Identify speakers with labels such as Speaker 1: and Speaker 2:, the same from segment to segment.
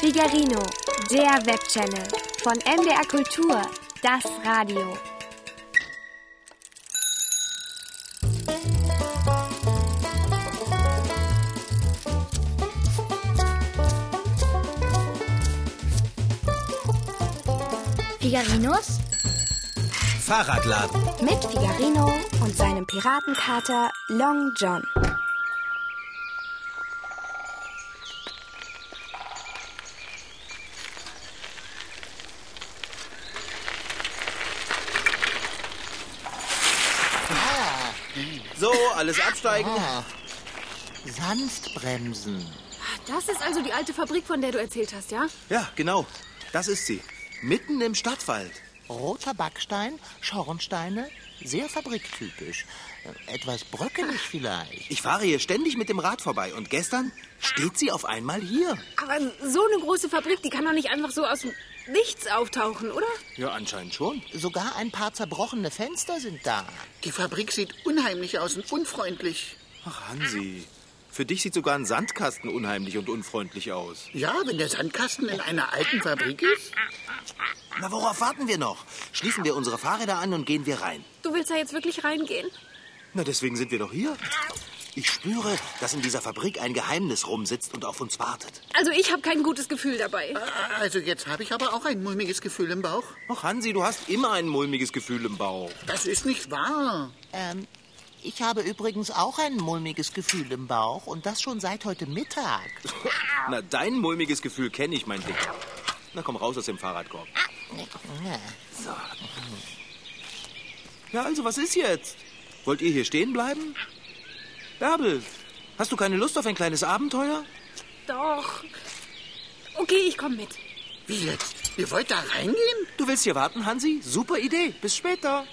Speaker 1: Figarino, der Webchannel von MDR Kultur, das Radio. Figarinos
Speaker 2: Fahrradladen.
Speaker 1: mit Figarino und seinem Piratenkater Long John.
Speaker 2: So, alles absteigen.
Speaker 3: Ah, sanft bremsen.
Speaker 4: Das ist also die alte Fabrik, von der du erzählt hast, ja?
Speaker 2: Ja, genau. Das ist sie. Mitten im Stadtwald.
Speaker 3: Roter Backstein, Schornsteine, sehr fabriktypisch. Äh, Etwas
Speaker 2: Ah.
Speaker 3: bröckelig vielleicht.
Speaker 2: Ich fahre hier ständig mit dem Rad vorbei und gestern steht sie auf einmal hier.
Speaker 4: Aber so eine große Fabrik, die kann doch nicht einfach so aus dem Nichts auftauchen, oder?
Speaker 2: Ja, anscheinend schon.
Speaker 3: Sogar ein paar zerbrochene Fenster sind da.
Speaker 5: Die Fabrik sieht unheimlich aus und unfreundlich.
Speaker 2: Ach, Hansi. Für dich sieht sogar ein Sandkasten unheimlich und unfreundlich aus.
Speaker 5: Ja, wenn der Sandkasten in einer alten Fabrik ist.
Speaker 2: Na, worauf warten wir noch? Schließen wir unsere Fahrräder an und gehen wir rein.
Speaker 4: Du willst da jetzt wirklich reingehen?
Speaker 2: Na, deswegen sind wir doch hier. Ich spüre, dass in dieser Fabrik ein Geheimnis rumsitzt und auf uns wartet.
Speaker 4: Also ich habe kein gutes Gefühl dabei.
Speaker 5: Also jetzt habe ich aber auch ein mulmiges Gefühl im Bauch.
Speaker 2: Ach, Hansi, du hast immer ein mulmiges Gefühl im Bauch.
Speaker 5: Das ist nicht wahr.
Speaker 3: Ähm, ich habe übrigens auch ein mulmiges Gefühl im Bauch und das schon seit heute Mittag.
Speaker 2: Na, dein mulmiges Gefühl kenne ich, mein Dicker. Na, komm raus aus dem Fahrradkorb.
Speaker 3: Ah, Ja.
Speaker 2: Ja, also was ist jetzt? Wollt ihr hier stehen bleiben? Bärbel, hast du keine Lust auf ein kleines Abenteuer?
Speaker 4: Doch. Okay, ich komme mit.
Speaker 5: Wie jetzt? Ihr wollt da reingehen?
Speaker 2: Du willst hier warten, Hansi? Super Idee. Bis später.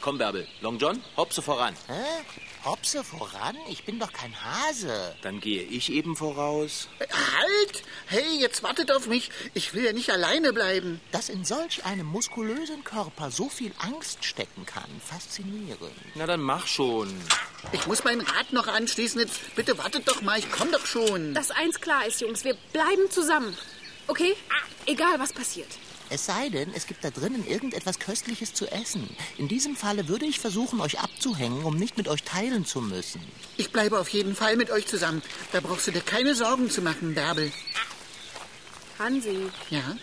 Speaker 2: Komm, Bärbel. Long John, hopse voran.
Speaker 3: Hä? Hopse voran, ich bin doch kein Hase.
Speaker 2: Dann gehe ich eben voraus.
Speaker 5: Äh, Halt! Hey, jetzt wartet auf mich. Ich will ja nicht alleine bleiben.
Speaker 3: Dass in solch einem muskulösen Körper so viel Angst stecken kann, faszinierend.
Speaker 2: Na, dann mach schon.
Speaker 5: Ich muss mein Rad noch anschließen. Jetzt bitte wartet doch mal. Ich komm doch schon.
Speaker 4: Dass eins klar ist, Jungs, wir bleiben zusammen. Okay? Egal, was passiert.
Speaker 3: Es sei denn, es gibt da drinnen irgendetwas Köstliches zu essen. In diesem Falle würde ich versuchen, euch abzuhängen, um nicht mit euch teilen zu müssen.
Speaker 5: Ich bleibe auf jeden Fall mit euch zusammen. Da brauchst du dir keine Sorgen zu machen, Bärbel.
Speaker 4: Hansi,
Speaker 5: Ja?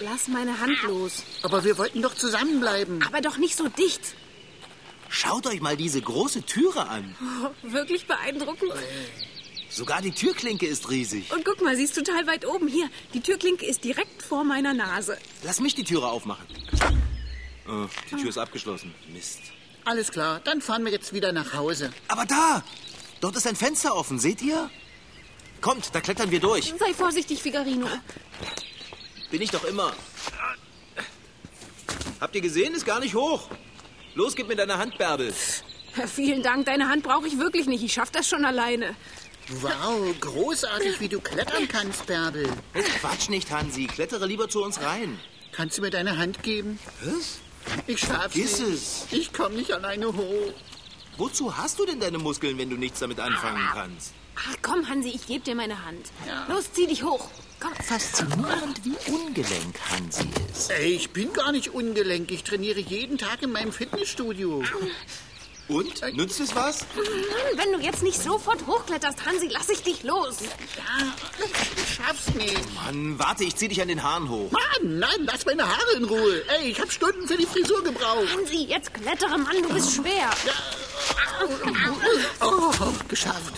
Speaker 4: lass meine Hand los.
Speaker 5: Aber wir wollten doch zusammenbleiben.
Speaker 4: Ah, Aber doch nicht so dicht.
Speaker 2: Schaut euch mal diese große Türe an.
Speaker 4: Oh, Wirklich beeindruckend.
Speaker 2: Sogar die Türklinke ist riesig.
Speaker 4: Und guck mal, sie ist total weit oben. Hier, die Türklinke ist direkt vor meiner Nase.
Speaker 2: Lass mich die Türe aufmachen. Äh, die Tür ist abgeschlossen. Mist.
Speaker 5: Alles klar, dann fahren wir jetzt wieder nach Hause.
Speaker 2: Aber da! Dort ist ein Fenster offen, seht ihr? Kommt, da klettern wir durch.
Speaker 4: Sei vorsichtig, Figarino.
Speaker 2: Bin ich doch immer. Habt ihr gesehen? Ist gar nicht hoch. Los, gib mir deine Hand, Bärbel.
Speaker 4: Vielen Dank, deine Hand brauche ich wirklich nicht. Ich schaffe das schon alleine.
Speaker 5: Wow, großartig, wie du klettern kannst, Bärbel.
Speaker 2: Jetzt quatsch nicht, Hansi. Klettere lieber zu uns rein.
Speaker 5: Kannst du mir deine Hand geben?
Speaker 2: Was?
Speaker 5: Ich schaff's
Speaker 2: Vergiss
Speaker 5: nicht.
Speaker 2: es.
Speaker 5: Ich komm nicht alleine hoch.
Speaker 2: Wozu hast du denn deine Muskeln, wenn du nichts damit anfangen kannst?
Speaker 4: Ach komm, Hansi, ich gebe dir meine Hand. Los, zieh dich hoch. Komm.
Speaker 3: Faszinierend, wie ungelenk Hansi ist.
Speaker 5: Ey, ich bin gar nicht ungelenk. Ich trainiere jeden Tag in meinem Fitnessstudio.
Speaker 2: Und? Nützt es was?
Speaker 4: Mann, wenn du jetzt nicht sofort hochkletterst, Hansi, lass ich dich los.
Speaker 5: Ja, ich schaff's nicht.
Speaker 2: Mann, warte, ich zieh dich an den Haaren hoch.
Speaker 5: Mann, nein, lass meine Haare in Ruhe. Ey, ich hab Stunden für die Frisur gebraucht.
Speaker 4: Hansi, jetzt klettere, Mann, du bist schwer.
Speaker 5: Oh, geschafft.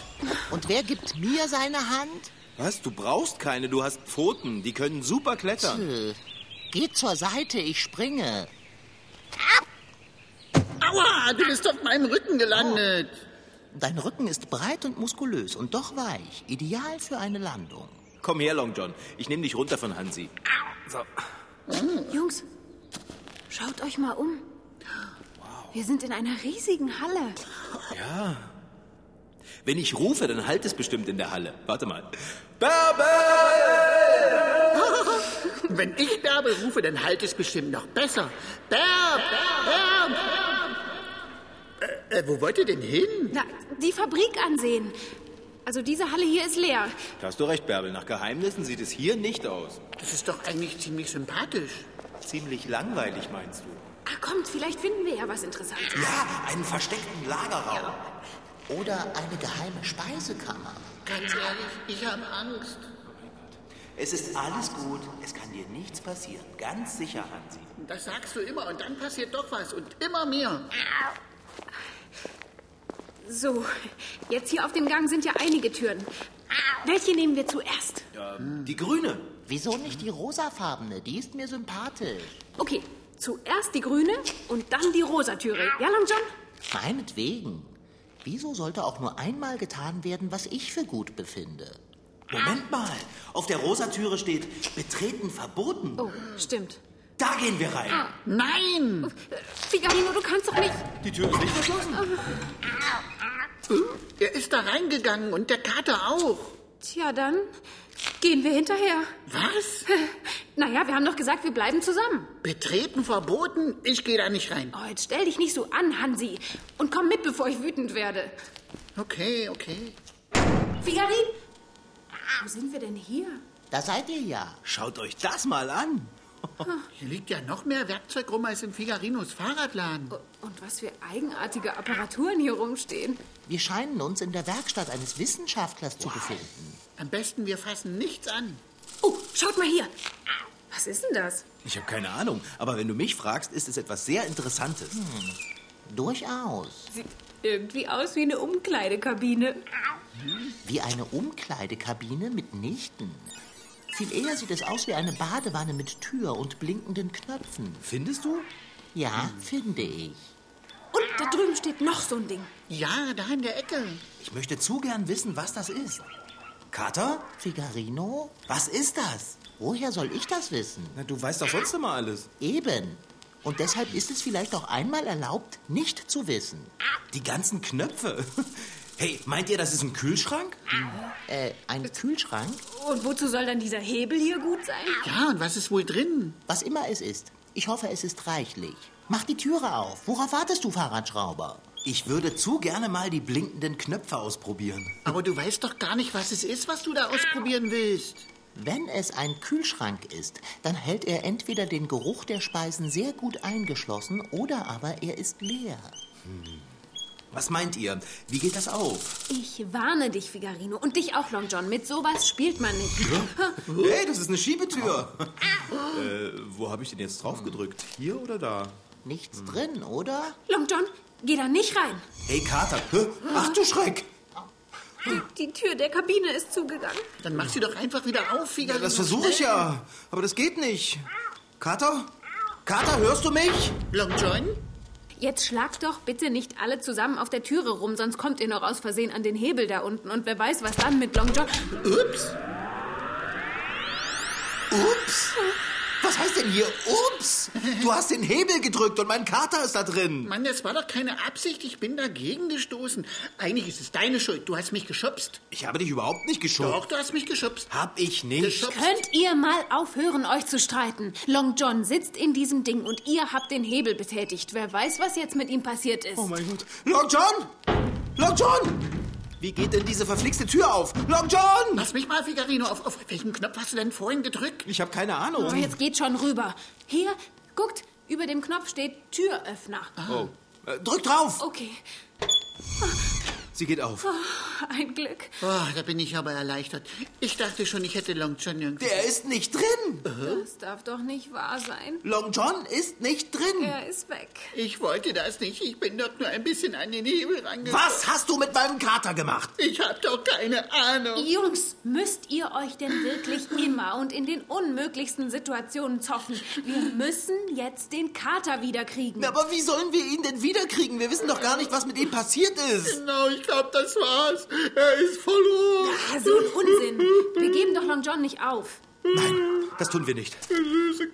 Speaker 3: Und wer gibt mir seine Hand?
Speaker 2: Was? Du brauchst keine. Du hast Pfoten. Die können super klettern.
Speaker 3: Äh, Geht zur Seite, ich springe.
Speaker 5: Aua, du bist auf meinem Rücken gelandet.
Speaker 3: Dein Rücken ist breit und muskulös und doch weich, ideal für eine Landung.
Speaker 2: Komm her, Long John. Ich nehme dich runter von Hansi. So.
Speaker 4: Jungs, schaut euch mal um. Wir sind in einer riesigen Halle.
Speaker 2: Wenn ich rufe, dann halt es bestimmt in der Halle. Warte mal. Bärbel!
Speaker 5: Wenn ich Bärbel rufe, dann halt es bestimmt noch besser. Bärb, Bärb. Äh, äh, wo wollt ihr denn hin?
Speaker 4: Na, die Fabrik ansehen. Also diese Halle hier ist leer.
Speaker 2: Da hast du recht, Bärbel. Nach Geheimnissen sieht es hier nicht aus.
Speaker 5: Das ist doch eigentlich ziemlich sympathisch.
Speaker 2: Ziemlich langweilig, meinst du?
Speaker 4: Ah, kommt, vielleicht finden wir ja was Interessantes.
Speaker 2: Ja, einen versteckten Lagerraum.
Speaker 3: Oder eine geheime Speisekammer.
Speaker 5: Ganz ehrlich, ich habe Angst.
Speaker 6: Es ist alles gut, es kann dir nichts passieren. Ganz sicher, Hansi.
Speaker 5: Das sagst du immer und dann passiert doch was und immer mehr.
Speaker 4: So, jetzt hier auf dem Gang sind ja einige Türen. Welche nehmen wir zuerst?
Speaker 2: Hm. Die grüne.
Speaker 3: Wieso nicht die rosafarbene? Die ist mir sympathisch.
Speaker 4: Okay, zuerst die grüne und dann die rosa Türe. Ja, Long John?
Speaker 3: Meinetwegen. Wieso sollte auch nur einmal getan werden, was ich für gut befinde?
Speaker 6: Moment mal, auf der rosa Türe steht Betreten verboten.
Speaker 4: Oh, stimmt.
Speaker 6: Da gehen wir rein.
Speaker 5: Ah. Nein!
Speaker 4: Figarino, du kannst doch nicht.
Speaker 2: Die Tür ist nicht verschlossen.
Speaker 5: Er ist da reingegangen und der Kater auch.
Speaker 4: Tja, dann gehen wir hinterher.
Speaker 5: Was?
Speaker 4: Naja, wir haben doch gesagt, wir bleiben zusammen.
Speaker 5: Betreten verboten? Ich gehe da nicht rein.
Speaker 4: Oh, jetzt stell dich nicht so an, Hansi. Und komm mit, bevor ich wütend werde.
Speaker 5: Okay, okay.
Speaker 4: Figarin! Ah, Wo sind wir denn hier?
Speaker 3: Da seid ihr ja.
Speaker 6: Schaut euch das mal an.
Speaker 5: Hier liegt ja noch mehr Werkzeug rum als in Figarinos Fahrradladen.
Speaker 4: Und was für eigenartige Apparaturen hier rumstehen.
Speaker 3: Wir scheinen uns in der Werkstatt eines Wissenschaftlers zu befinden.
Speaker 5: Am besten, wir fassen nichts an.
Speaker 4: Oh, schaut mal hier. Was ist denn das?
Speaker 2: Ich habe keine Ahnung, aber wenn du mich fragst, ist es etwas sehr Interessantes.
Speaker 6: Hm.
Speaker 3: Durchaus.
Speaker 4: Sieht irgendwie aus wie eine Umkleidekabine.
Speaker 3: Wie eine Umkleidekabine mitnichten. Viel eher sieht es aus wie eine Badewanne mit Tür und blinkenden Knöpfen.
Speaker 2: Findest du?
Speaker 3: Ja, finde ich.
Speaker 4: Und da drüben steht noch so ein Ding.
Speaker 5: Ja, da in der Ecke.
Speaker 6: Ich möchte zu gern wissen, was das ist. Kater,
Speaker 3: Figarino?
Speaker 6: was ist das?
Speaker 3: Woher soll ich das wissen?
Speaker 2: Na, du weißt doch sonst immer alles.
Speaker 3: Eben. Und deshalb ist es vielleicht auch einmal erlaubt, nicht zu wissen.
Speaker 6: Die ganzen Knöpfe. Hey, meint ihr, das ist ein Kühlschrank?
Speaker 3: Äh, ein Kühlschrank?
Speaker 4: Und wozu soll dann dieser Hebel hier gut sein?
Speaker 5: Ja, und was ist wohl drin?
Speaker 3: Was immer es ist. Ich hoffe, es ist reichlich. Mach die Türe auf. Worauf wartest du, Fahrradschrauber?
Speaker 6: Ich würde zu gerne mal die blinkenden Knöpfe ausprobieren.
Speaker 5: Aber du weißt doch gar nicht, was es ist, was du da ausprobieren willst.
Speaker 3: Wenn es ein Kühlschrank ist, dann hält er entweder den Geruch der Speisen sehr gut eingeschlossen oder aber er ist leer.
Speaker 6: Was meint ihr? Wie geht das auf?
Speaker 4: Ich warne dich, Figarino. Und dich auch, Long John. Mit sowas spielt man nicht.
Speaker 2: Hey, das ist eine Schiebetür. äh, wo habe ich denn jetzt drauf gedrückt? Hier oder da?
Speaker 3: Nichts drin, oder?
Speaker 4: Long John, geh da nicht rein.
Speaker 6: Hey, Kater. Hä? Ach du Schreck.
Speaker 4: Die Tür der Kabine ist zugegangen.
Speaker 5: Dann mach sie doch einfach wieder auf, Figarino.
Speaker 2: Das versuche ich ja, aber das geht nicht. Kater? Kater, hörst du mich?
Speaker 5: Long John?
Speaker 4: Jetzt schlagt doch bitte nicht alle zusammen auf der Türe rum, sonst kommt ihr noch aus Versehen an den Hebel da unten. Und wer weiß, was dann mit Long John.
Speaker 5: Ups.
Speaker 2: Ups! Was heißt denn hier Ups? Du hast den Hebel gedrückt und mein Kater ist da drin.
Speaker 5: Mann, das war doch keine Absicht. Ich bin dagegen gestoßen. Eigentlich ist es deine Schuld. Du hast mich geschubst.
Speaker 2: Ich habe dich überhaupt nicht geschoben.
Speaker 5: Doch, du hast mich geschubst.
Speaker 2: Hab ich nicht.
Speaker 5: Geschubst.
Speaker 4: Könnt ihr mal aufhören, euch zu streiten? Long John sitzt in diesem Ding und ihr habt den Hebel betätigt. Wer weiß, was jetzt mit ihm passiert ist.
Speaker 2: Oh mein Gott. Long John! Long John! Wie geht denn diese verflixte Tür auf? Long John!
Speaker 5: Lass mich mal, Figarino. Auf, auf welchen Knopf hast du denn vorhin gedrückt?
Speaker 2: Ich habe keine Ahnung.
Speaker 4: So, Oh, jetzt geht schon rüber. Hier, guckt, über dem Knopf steht Türöffner.
Speaker 2: Oh. Äh, Drück drauf!
Speaker 4: Okay,
Speaker 2: Sie geht auf.
Speaker 4: ein Glück.
Speaker 5: Oh, da bin ich aber erleichtert. Ich dachte schon, ich hätte Long John irgendwie...
Speaker 2: Der ist nicht drin!
Speaker 4: Das darf doch nicht wahr sein.
Speaker 2: Long John ist nicht drin!
Speaker 4: Er ist weg.
Speaker 5: Ich wollte das nicht. Ich bin doch nur ein bisschen an den Hebel rangekommen.
Speaker 2: Was hast du mit meinem Kater gemacht?
Speaker 5: Ich hab doch keine Ahnung.
Speaker 4: Jungs, müsst ihr euch denn wirklich immer und in den unmöglichsten Situationen zoffen? Wir müssen jetzt den Kater wiederkriegen.
Speaker 2: Na, Aber wie sollen wir ihn denn wiederkriegen? Wir wissen doch gar nicht, was mit ihm passiert ist.
Speaker 5: Genau, ich glaube, das war's. Er ist verloren.
Speaker 4: Ah, so ein Unsinn. Wir geben doch Long John nicht auf.
Speaker 2: Nein, das tun wir nicht.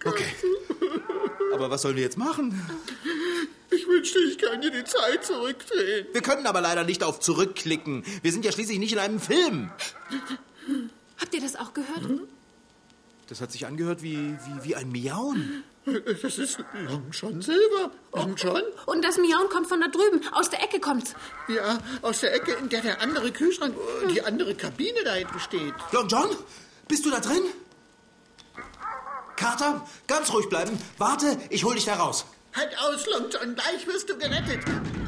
Speaker 2: Okay. Aber was sollen wir jetzt machen?
Speaker 5: Ich wünschte, ich könnte die Zeit zurückdrehen.
Speaker 2: Wir können aber leider nicht auf zurückklicken. Wir sind ja schließlich nicht in einem Film.
Speaker 4: Habt ihr das auch gehört?
Speaker 2: Das hat sich angehört wie, wie, wie ein Miauen.
Speaker 5: Das ist Long John Silver. Long John?
Speaker 4: Und das Miauen kommt von da drüben. Aus der Ecke kommt's.
Speaker 5: Ja, aus der Ecke, in der der andere Kühlschrank, äh, die andere Kabine da hinten steht.
Speaker 2: Long John, bist du da drin? Carter, ganz ruhig bleiben. Warte, ich hol dich da raus.
Speaker 5: Halt aus, Long John, gleich wirst du gerettet.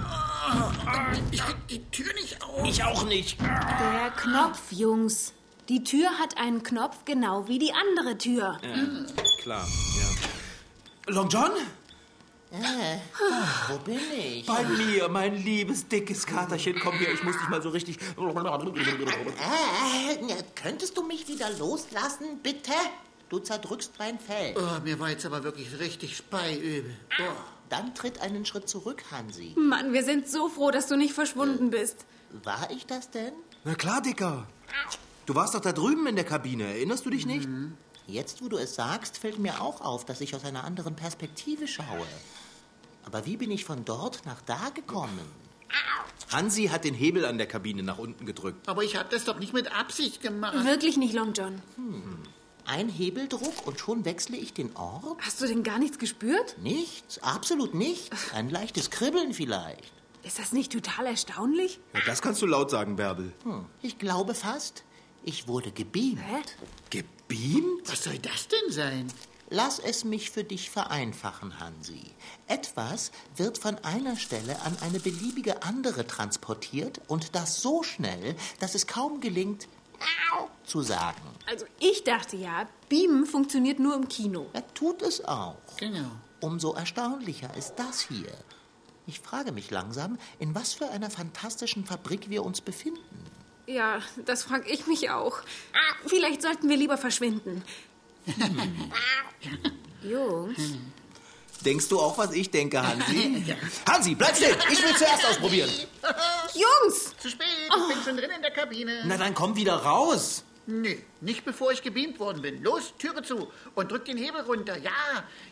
Speaker 5: Ah, ah, Ich krieg die Tür nicht auf.
Speaker 7: Ich auch nicht.
Speaker 4: Der Knopf, Jungs. Die Tür hat einen Knopf, genau wie die andere Tür.
Speaker 2: Klar, ja. Long John?
Speaker 3: Äh, ah, wo bin ich?
Speaker 2: Bei mir, mein liebes, dickes Katerchen. Komm her, ich muss dich mal so richtig...
Speaker 3: Äh, na, könntest du mich wieder loslassen, bitte? Du zerdrückst mein Fell.
Speaker 5: Oh, mir war jetzt aber wirklich richtig speiübel. Oh.
Speaker 3: Dann tritt einen Schritt zurück, Hansi.
Speaker 4: Mann, wir sind so froh, dass du nicht verschwunden bist.
Speaker 3: War ich das denn?
Speaker 2: Na klar, Dicker. Du warst doch da drüben in der Kabine, erinnerst du dich nicht?
Speaker 3: Mhm. Jetzt, wo du es sagst, fällt mir auch auf, dass ich aus einer anderen Perspektive schaue. Aber wie bin ich von dort nach da gekommen?
Speaker 2: Hansi hat den Hebel an der Kabine nach unten gedrückt.
Speaker 5: Aber ich hab das doch nicht mit Absicht gemacht.
Speaker 4: Wirklich nicht, Long John.
Speaker 3: Ein Hebeldruck und schon wechsle ich den Ort?
Speaker 4: Hast du denn gar nichts gespürt?
Speaker 3: Nichts, absolut nichts. Ein leichtes Kribbeln vielleicht.
Speaker 4: Ist das nicht total erstaunlich?
Speaker 2: Ja, das kannst du laut sagen, Bärbel.
Speaker 3: Ich glaube fast, ich wurde gebeamt.
Speaker 4: Hä?
Speaker 2: Gebeamt?
Speaker 5: Was soll das denn sein?
Speaker 3: Lass es mich für dich vereinfachen, Hansi. Etwas wird von einer Stelle an eine beliebige andere transportiert und das so schnell, dass es kaum gelingt, miau zu sagen.
Speaker 4: Also ich dachte ja, Beamen funktioniert nur im Kino.
Speaker 3: Er tut es auch.
Speaker 5: Genau.
Speaker 3: Umso erstaunlicher ist das hier. Ich frage mich langsam, in was für einer fantastischen Fabrik wir uns befinden.
Speaker 4: Ja, das frag ich mich auch. Ah, Vielleicht sollten wir lieber verschwinden. Jungs.
Speaker 2: Denkst du auch, was ich denke, Hansi? Hansi, bleib stehen! Ich will zuerst ausprobieren.
Speaker 4: Jungs!
Speaker 5: Zu spät, ich bin schon drin in der Kabine.
Speaker 2: Na, dann komm wieder raus.
Speaker 5: Nee, nicht bevor ich gebeamt worden bin. Los, Türe zu und drück den Hebel runter. Ja,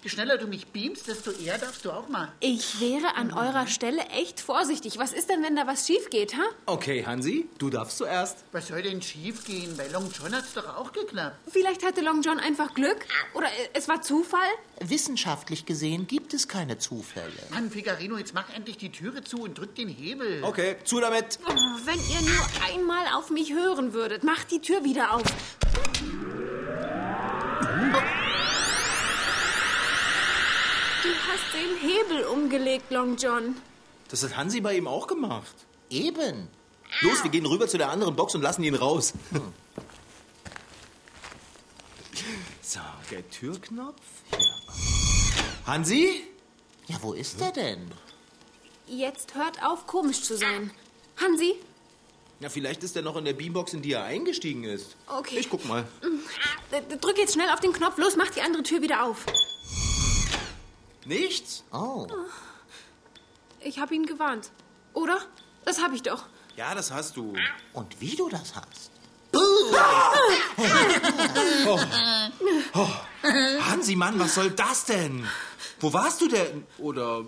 Speaker 5: je schneller du mich beamst, desto eher darfst du auch mal.
Speaker 4: Ich wäre an eurer Stelle echt vorsichtig. Was ist denn, wenn da was schief geht, ha?
Speaker 2: Okay, Hansi, du darfst zuerst.
Speaker 5: Was soll denn schiefgehen? Bei Long John hat's doch auch geklappt.
Speaker 4: Vielleicht hatte Long John einfach Glück? Oder äh, es war Zufall?
Speaker 3: Wissenschaftlich gesehen gibt es keine Zufälle.
Speaker 5: Mann, Figarino, jetzt mach endlich die Türe zu und drück den Hebel.
Speaker 2: Okay, zu damit.
Speaker 4: Oh, wenn ihr nur einmal auf mich hören würdet, macht die Tür wieder auf. Du hast den Hebel umgelegt, Long John.
Speaker 2: Das hat Hansi bei ihm auch gemacht.
Speaker 3: Eben.
Speaker 2: Los, wir gehen rüber zu der anderen Box und lassen ihn raus.
Speaker 3: Hm.
Speaker 2: So, der Türknopf. Hier. Hansi?
Speaker 3: Ja, wo ist er denn?
Speaker 4: Jetzt hört auf, komisch zu sein. Hansi?
Speaker 2: Na, vielleicht ist er noch in der Beambox, in die er eingestiegen ist.
Speaker 4: Okay.
Speaker 2: Ich guck mal.
Speaker 4: D- d- äh, Drück jetzt schnell auf den Knopf. Los, mach die andere Tür wieder auf.
Speaker 2: Nichts?
Speaker 3: Oh,
Speaker 4: Ich habe ihn gewarnt. Oder? Das habe ich doch.
Speaker 2: Ja, das hast du.
Speaker 3: und wie du das hast.
Speaker 2: Hansi, Mann, was soll das denn? Wo warst du denn? Oder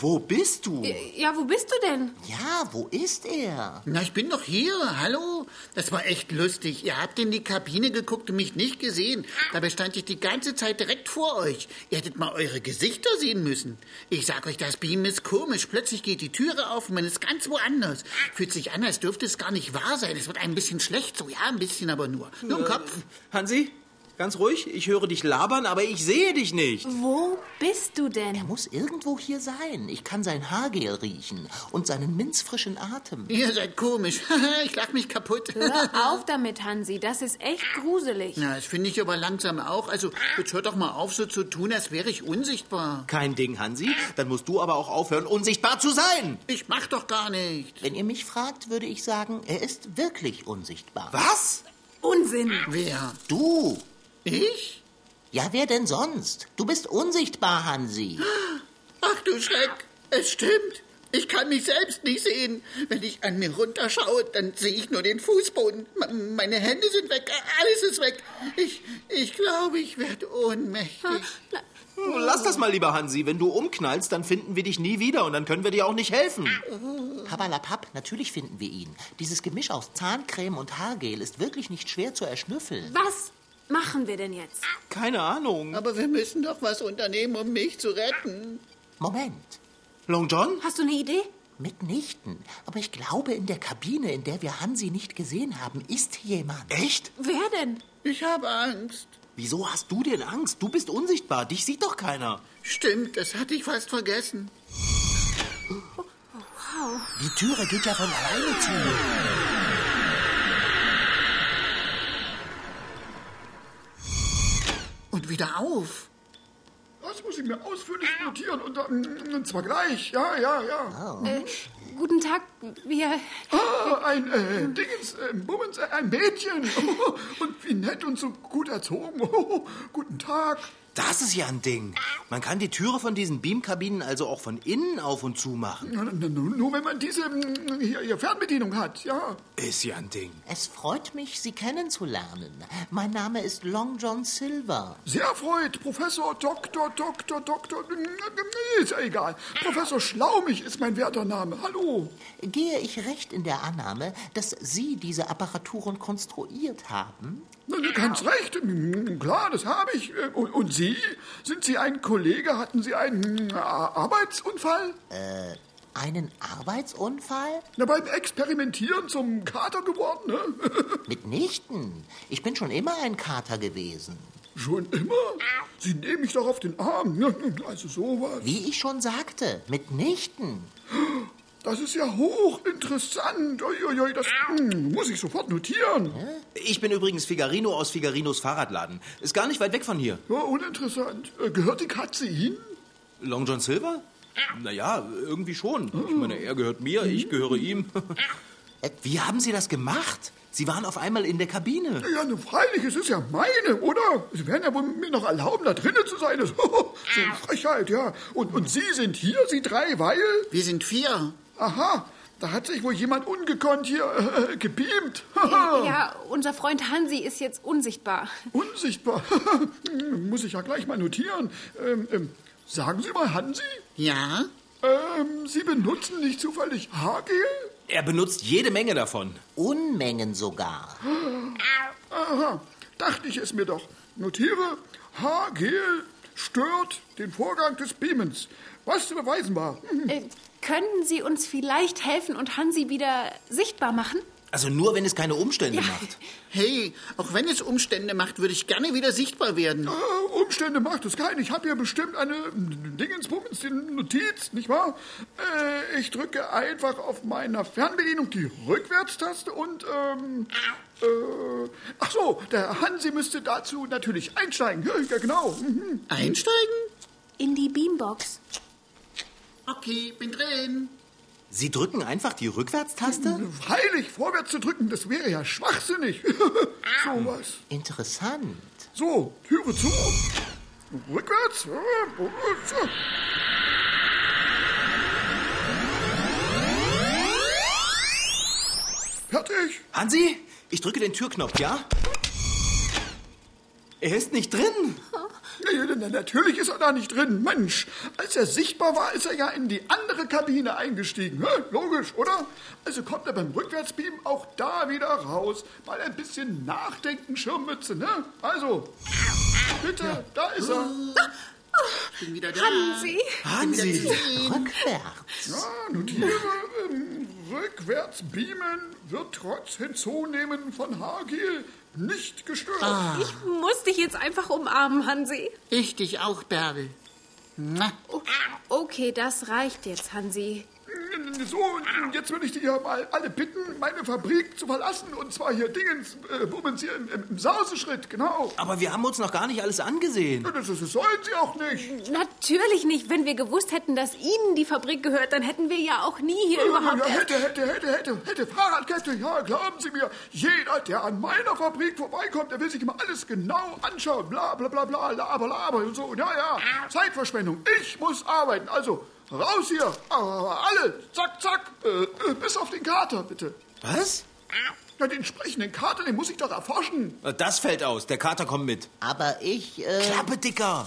Speaker 2: wo bist du? Ah,
Speaker 4: Ja, wo bist du denn?
Speaker 3: Ja, wo ist er?
Speaker 5: Na, ich bin doch hier. Hallo. Das war echt lustig. Ihr habt in die Kabine geguckt und mich nicht gesehen. Dabei stand ich die ganze Zeit direkt vor euch. Ihr hättet mal eure Gesichter sehen müssen. Ich sag euch, das Beam ist komisch. Plötzlich geht die Türe auf und man ist ganz woanders. Fühlt sich an, als dürfte es gar nicht wahr sein. Es wird ein bisschen schlecht so. Ja, ein bisschen aber nur. Nur im Kopf.
Speaker 2: Hansi, ganz ruhig. Ich höre dich labern, aber ich sehe dich nicht.
Speaker 4: Wo bist du denn?
Speaker 3: Er muss irgendwo hier sein. Ich kann sein Haargel riechen und seinen minzfrischen Atem.
Speaker 5: Ihr seid komisch. ich lach mich kaputt.
Speaker 4: Hör auf damit, Hansi. Das ist echt gruselig.
Speaker 5: Na, das finde ich aber langsam auch. Also, jetzt hört doch mal auf, so zu tun, als wäre ich unsichtbar.
Speaker 2: Kein Ding, Hansi. Dann musst du aber auch aufhören, unsichtbar zu sein.
Speaker 5: Ich mach doch gar nichts.
Speaker 3: Wenn ihr mich fragt, würde ich sagen, er ist wirklich unsichtbar.
Speaker 2: Was?
Speaker 4: Unsinn.
Speaker 5: Wer?
Speaker 3: Du?
Speaker 5: Ich?
Speaker 3: Ja, wer denn sonst? Du bist unsichtbar, Hansi.
Speaker 5: Ach du Schreck, es stimmt. Ich kann mich selbst nicht sehen. Wenn ich an mir runterschaue, dann sehe ich nur den Fußboden. M meine Hände sind weg, alles ist weg. Ich, ich glaube, ich werde ohnmächtig.
Speaker 2: Hm, Lass das mal, lieber Hansi. Wenn du umknallst, dann finden wir dich nie wieder und dann können wir dir auch nicht helfen.
Speaker 3: Pabalapap, natürlich finden wir ihn. Dieses Gemisch aus Zahncreme und Haargel ist wirklich nicht schwer zu erschnüffeln.
Speaker 4: Was? machen wir denn jetzt?
Speaker 2: Keine Ahnung.
Speaker 8: Aber wir müssen doch was unternehmen, um mich zu retten.
Speaker 3: Moment,
Speaker 2: Long John?
Speaker 4: Hast du eine Idee?
Speaker 3: mitnichten. Aber ich glaube, in der Kabine, in der wir Hansi nicht gesehen haben, ist jemand.
Speaker 2: Echt?
Speaker 4: Wer denn?
Speaker 8: Ich habe Angst.
Speaker 2: Wieso hast du denn Angst? Du bist unsichtbar. Dich sieht doch keiner.
Speaker 8: Stimmt, das hatte ich fast vergessen.
Speaker 3: Die Türe geht ja von alleine zu.
Speaker 8: Und wieder auf.
Speaker 5: Das muss ich mir ausführlich notieren und, dann- und zwar gleich. Ja, ja, Mhm. ja.
Speaker 4: Guten Tag, wir.
Speaker 5: Ah, ein äh, Dingens, äh, Bummens, äh, ein Mädchen. und wie nett und so gut erzogen. Oh, guten Tag.
Speaker 2: Das ist ja ein Ding. Man kann die Türe von diesen Beamkabinen also auch von innen auf und zu machen.
Speaker 5: Nur, nur wenn man diese mm, hier, hier Fernbedienung hat, ja.
Speaker 2: Ist ja ein Ding.
Speaker 3: Es freut mich, Sie kennenzulernen. Mein Name ist Long John Silver.
Speaker 5: Sehr erfreut, Professor, Doktor, Doktor, Doktor. Nee, ist ja egal. Professor Schlaumich ist mein werter Name. Hallo.
Speaker 3: Gehe ich recht in der Annahme, dass Sie diese Apparaturen konstruiert haben?
Speaker 5: Na, du Ganz recht, Mm, klar, das habe ich. Äh, Und, und Sie? Sind Sie ein Kollege? Hatten Sie einen mm, Ar- Arbeitsunfall?
Speaker 3: Einen Arbeitsunfall?
Speaker 5: Na, beim Experimentieren zum Kater geworden, ne?
Speaker 3: Mitnichten. Ich bin schon immer ein Kater gewesen.
Speaker 5: Schon immer? Sie nehmen mich doch auf den Arm. ne? Also sowas.
Speaker 3: Wie ich schon sagte, mitnichten.
Speaker 5: Das ist ja hochinteressant. Uiuiui, das mm, muss ich sofort notieren.
Speaker 2: Ich bin übrigens Figarino aus Figarinos Fahrradladen. Ist gar nicht weit weg von hier.
Speaker 5: Ja, uninteressant. Äh, Gehört die Katze Ihnen?
Speaker 2: Long John Silver? Naja, irgendwie schon. Ich meine, er gehört mir, ich gehöre ihm. Äh, Wie haben Sie das gemacht? Sie waren auf einmal in der Kabine.
Speaker 5: Ja, nun freilich, es ist ja meine, oder? Sie werden ja wohl mir noch erlauben, da drinnen zu sein. Das, so eine Frechheit, ja. Und, und Sie sind hier, Sie drei, weil...
Speaker 8: Wir sind vier.
Speaker 5: Aha, da hat sich wohl jemand ungekonnt hier äh, gebeamt.
Speaker 4: Oh. Ja, unser Freund Hansi ist jetzt unsichtbar.
Speaker 5: Unsichtbar. Muss ich ja gleich mal notieren. Ähm, ähm, sagen Sie mal, Hansi,
Speaker 8: Ja?
Speaker 5: ähm, Sie benutzen nicht zufällig Haargel?
Speaker 2: Er benutzt jede Menge davon.
Speaker 3: Unmengen sogar.
Speaker 5: Aha, dachte ich es mir doch. Notiere, Haargel stört den Vorgang des Beamens. Was zu beweisen war. hm,
Speaker 4: Äh, könnten Sie uns vielleicht helfen und Hansi wieder sichtbar machen?
Speaker 2: Also nur, wenn es keine Umstände macht.
Speaker 8: Hey, auch wenn es Umstände macht, würde ich gerne wieder sichtbar werden.
Speaker 5: Äh, Umstände macht es keinen. Ich habe hier bestimmt eine äh, Dingensbummens, die Notiz, nicht wahr? Äh, ich drücke einfach auf meiner Fernbedienung die Rückwärtstaste und, ähm, äh, ach so, der Hansi müsste dazu natürlich einsteigen. Ja, ja genau. Mhm.
Speaker 8: Einsteigen?
Speaker 4: In die Beambox.
Speaker 8: Okay, bin drin.
Speaker 2: Sie drücken einfach die Rückwärtstaste?
Speaker 5: Freilich vorwärts zu drücken, das wäre ja schwachsinnig. so was.
Speaker 3: Interessant.
Speaker 5: So, Türe zu. Rückwärts. Fertig.
Speaker 2: Hansi, ich drücke den Türknopf, ja? Er ist nicht drin.
Speaker 5: Nee, na- na- Natürlich ist er da nicht drin. Mensch, als er sichtbar war, ist er ja in die andere Kabine eingestiegen. Hä? Logisch, oder? Also kommt er beim Rückwärtsbeam auch da wieder raus. Mal ein bisschen nachdenken, Schirmmütze, ne? Also, bitte, da ist er.
Speaker 8: Bin wieder da.
Speaker 4: Hansi?
Speaker 2: Hansi.
Speaker 3: Rückwärts.
Speaker 5: Ja, notiere, ähm, rückwärts beamen wird trotz Hinzunehmen von Hagel nicht gestört.
Speaker 4: Ich muss dich jetzt einfach umarmen, Hansi.
Speaker 8: Ich dich auch, Bärbel. Mua.
Speaker 4: O- Okay, das reicht jetzt, Hansi.
Speaker 5: So, und jetzt würde ich dich ja mal alle bitten, meine Fabrik zu verlassen. Und zwar hier Dingens, äh, Bummens hier im, im, im Sauseschritt, genau.
Speaker 2: Aber wir haben uns noch gar nicht alles angesehen.
Speaker 5: Ja, Das, das sollen sie auch nicht.
Speaker 4: Natürlich nicht. Wenn wir gewusst hätten, dass Ihnen die Fabrik gehört, dann hätten wir ja auch nie hier
Speaker 5: Oh, Ja,
Speaker 4: überhaupt. erst-
Speaker 5: hätte, hätte, hätte, hätte, hätte, Fahrradkette, ja, glauben Sie mir, jeder, der an meiner Fabrik vorbeikommt, der will sich immer alles genau anschauen, bla, bla, bla, bla, laber, laber und so, ja, ja, Zeitverschwendung, ich muss arbeiten, also, raus hier, aber alle, zack, zack, äh, äh, bis auf den Kater, bitte.
Speaker 2: Was?
Speaker 5: Ja, den sprechenden Kater, den muss ich doch erforschen.
Speaker 2: Das fällt aus. Der Kater kommt mit.
Speaker 3: Aber ich, äh,
Speaker 2: Klappe, Dicker.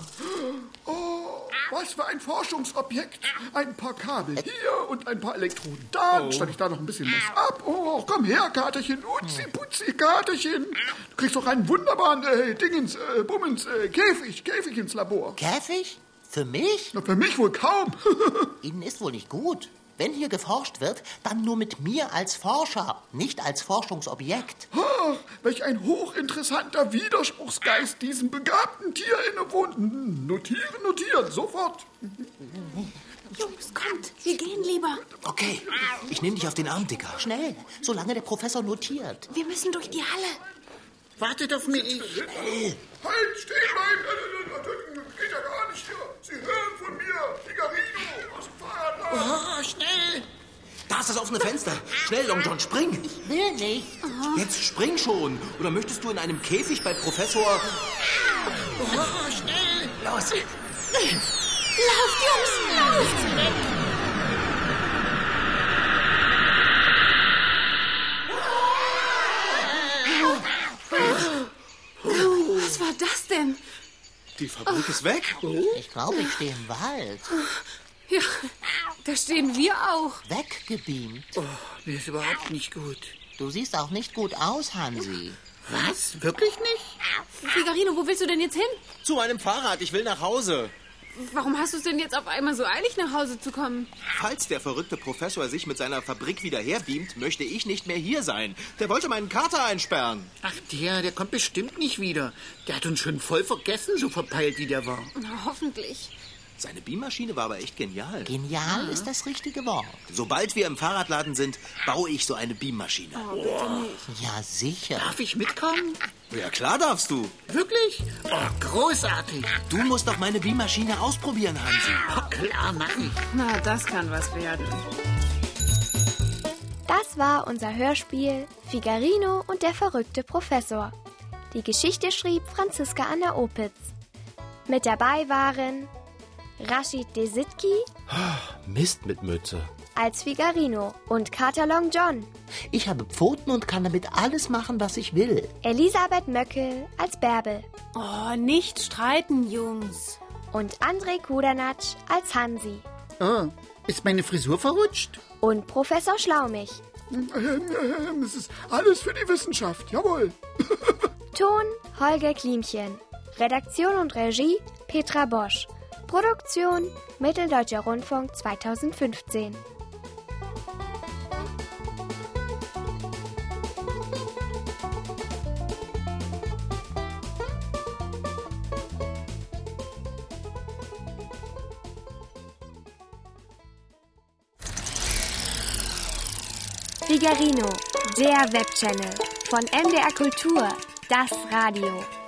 Speaker 5: Oh, Was für ein Forschungsobjekt. Ein paar Kabel hier und ein paar Elektroden da. Dann stand ich da noch ein bisschen was ab. Oh, komm her, Katerchen. Utzi, putzi, Katerchen. Du kriegst doch einen wunderbaren äh, Dingens, äh, Bummens, äh, Käfig, Käfig ins Labor.
Speaker 3: Käfig? Für mich?
Speaker 5: Na, für mich wohl kaum.
Speaker 3: Ihnen ist wohl nicht gut. Wenn hier geforscht wird, dann nur mit mir als Forscher, nicht als Forschungsobjekt.
Speaker 5: Ah, welch ein hochinteressanter Widerspruchsgeist diesem begabten Tier innewohnt. Hm, Notieren, notieren, sofort.
Speaker 4: Jungs, kommt, wir gehen lieber.
Speaker 2: Okay, ich nehme dich auf den Arm, Dicker.
Speaker 3: Schnell, solange der Professor notiert.
Speaker 4: Wir müssen durch die Halle.
Speaker 8: Wartet auf mich.
Speaker 5: Halt, stehen bleiben! Äh, äh, äh, Geht ja gar nicht hier! Sie hören von mir! Figarino aus dem Fahrradladen!
Speaker 8: Oh, schnell.
Speaker 2: Da ist das offene Fenster. Schnell, Long John, spring.
Speaker 3: Will nicht.
Speaker 2: Jetzt spring schon. Oder möchtest du in einem Käfig bei Professor...
Speaker 8: Oh, schnell.
Speaker 2: Los,
Speaker 4: Lauft, Jungs, lauft! Was war das denn?
Speaker 2: die Fabrik ist weg.
Speaker 3: Ich glaube, ich stehe im Wald.
Speaker 4: Ja, da stehen wir auch.
Speaker 3: Weggebeamt.
Speaker 8: Oh, mir ist überhaupt nicht gut.
Speaker 3: Du siehst auch nicht gut aus, Hansi.
Speaker 8: Was? Wirklich nicht?
Speaker 4: Figarino, wo willst du denn jetzt hin?
Speaker 2: Zu meinem Fahrrad, ich will nach Hause.
Speaker 4: Warum hast du es denn jetzt auf einmal so eilig, nach Hause zu kommen?
Speaker 2: Falls der verrückte Professor sich mit seiner Fabrik wieder herbeamt, möchte ich nicht mehr hier sein. Der wollte meinen Kater einsperren.
Speaker 8: Ach, der, der kommt bestimmt nicht wieder. Der hat uns schon voll vergessen, so verpeilt wie der war.
Speaker 4: Na, hoffentlich.
Speaker 2: Seine Beammaschine war aber echt genial.
Speaker 3: Genial ist das richtige Wort.
Speaker 2: Sobald wir im Fahrradladen sind, baue ich so eine Beammaschine.
Speaker 3: Ja, sicher.
Speaker 8: Darf ich mitkommen?
Speaker 2: Ja, klar darfst du.
Speaker 8: Wirklich? Oh, großartig.
Speaker 2: Du musst doch meine Beammaschine ausprobieren, Hansi.
Speaker 8: Oh, klar, mach ich.
Speaker 4: Na, das kann was werden.
Speaker 1: Das war unser Hörspiel Figarino und der verrückte Professor. Die Geschichte schrieb Franziska Anna Opitz. Mit dabei waren Rashid Desitki
Speaker 9: Mist mit Mütze.
Speaker 1: als Figarino und Carter Long John,
Speaker 3: Ich habe Pfoten und kann damit alles machen, was ich will.
Speaker 1: Elisabeth Möckel als Bärbel
Speaker 4: Oh, nicht streiten, Jungs.
Speaker 1: und André Kudanatsch als Hansi
Speaker 8: Oh, ist meine Frisur verrutscht?
Speaker 1: und Professor Schlaumich.
Speaker 5: Ähm, ähm, es ist alles für die Wissenschaft, jawohl.
Speaker 1: Ton Holger Klimchen. Redaktion und Regie Petra Bosch. Produktion Mitteldeutscher Rundfunk 2015. Figarino, der Webchannel von MDR Kultur, das Radio.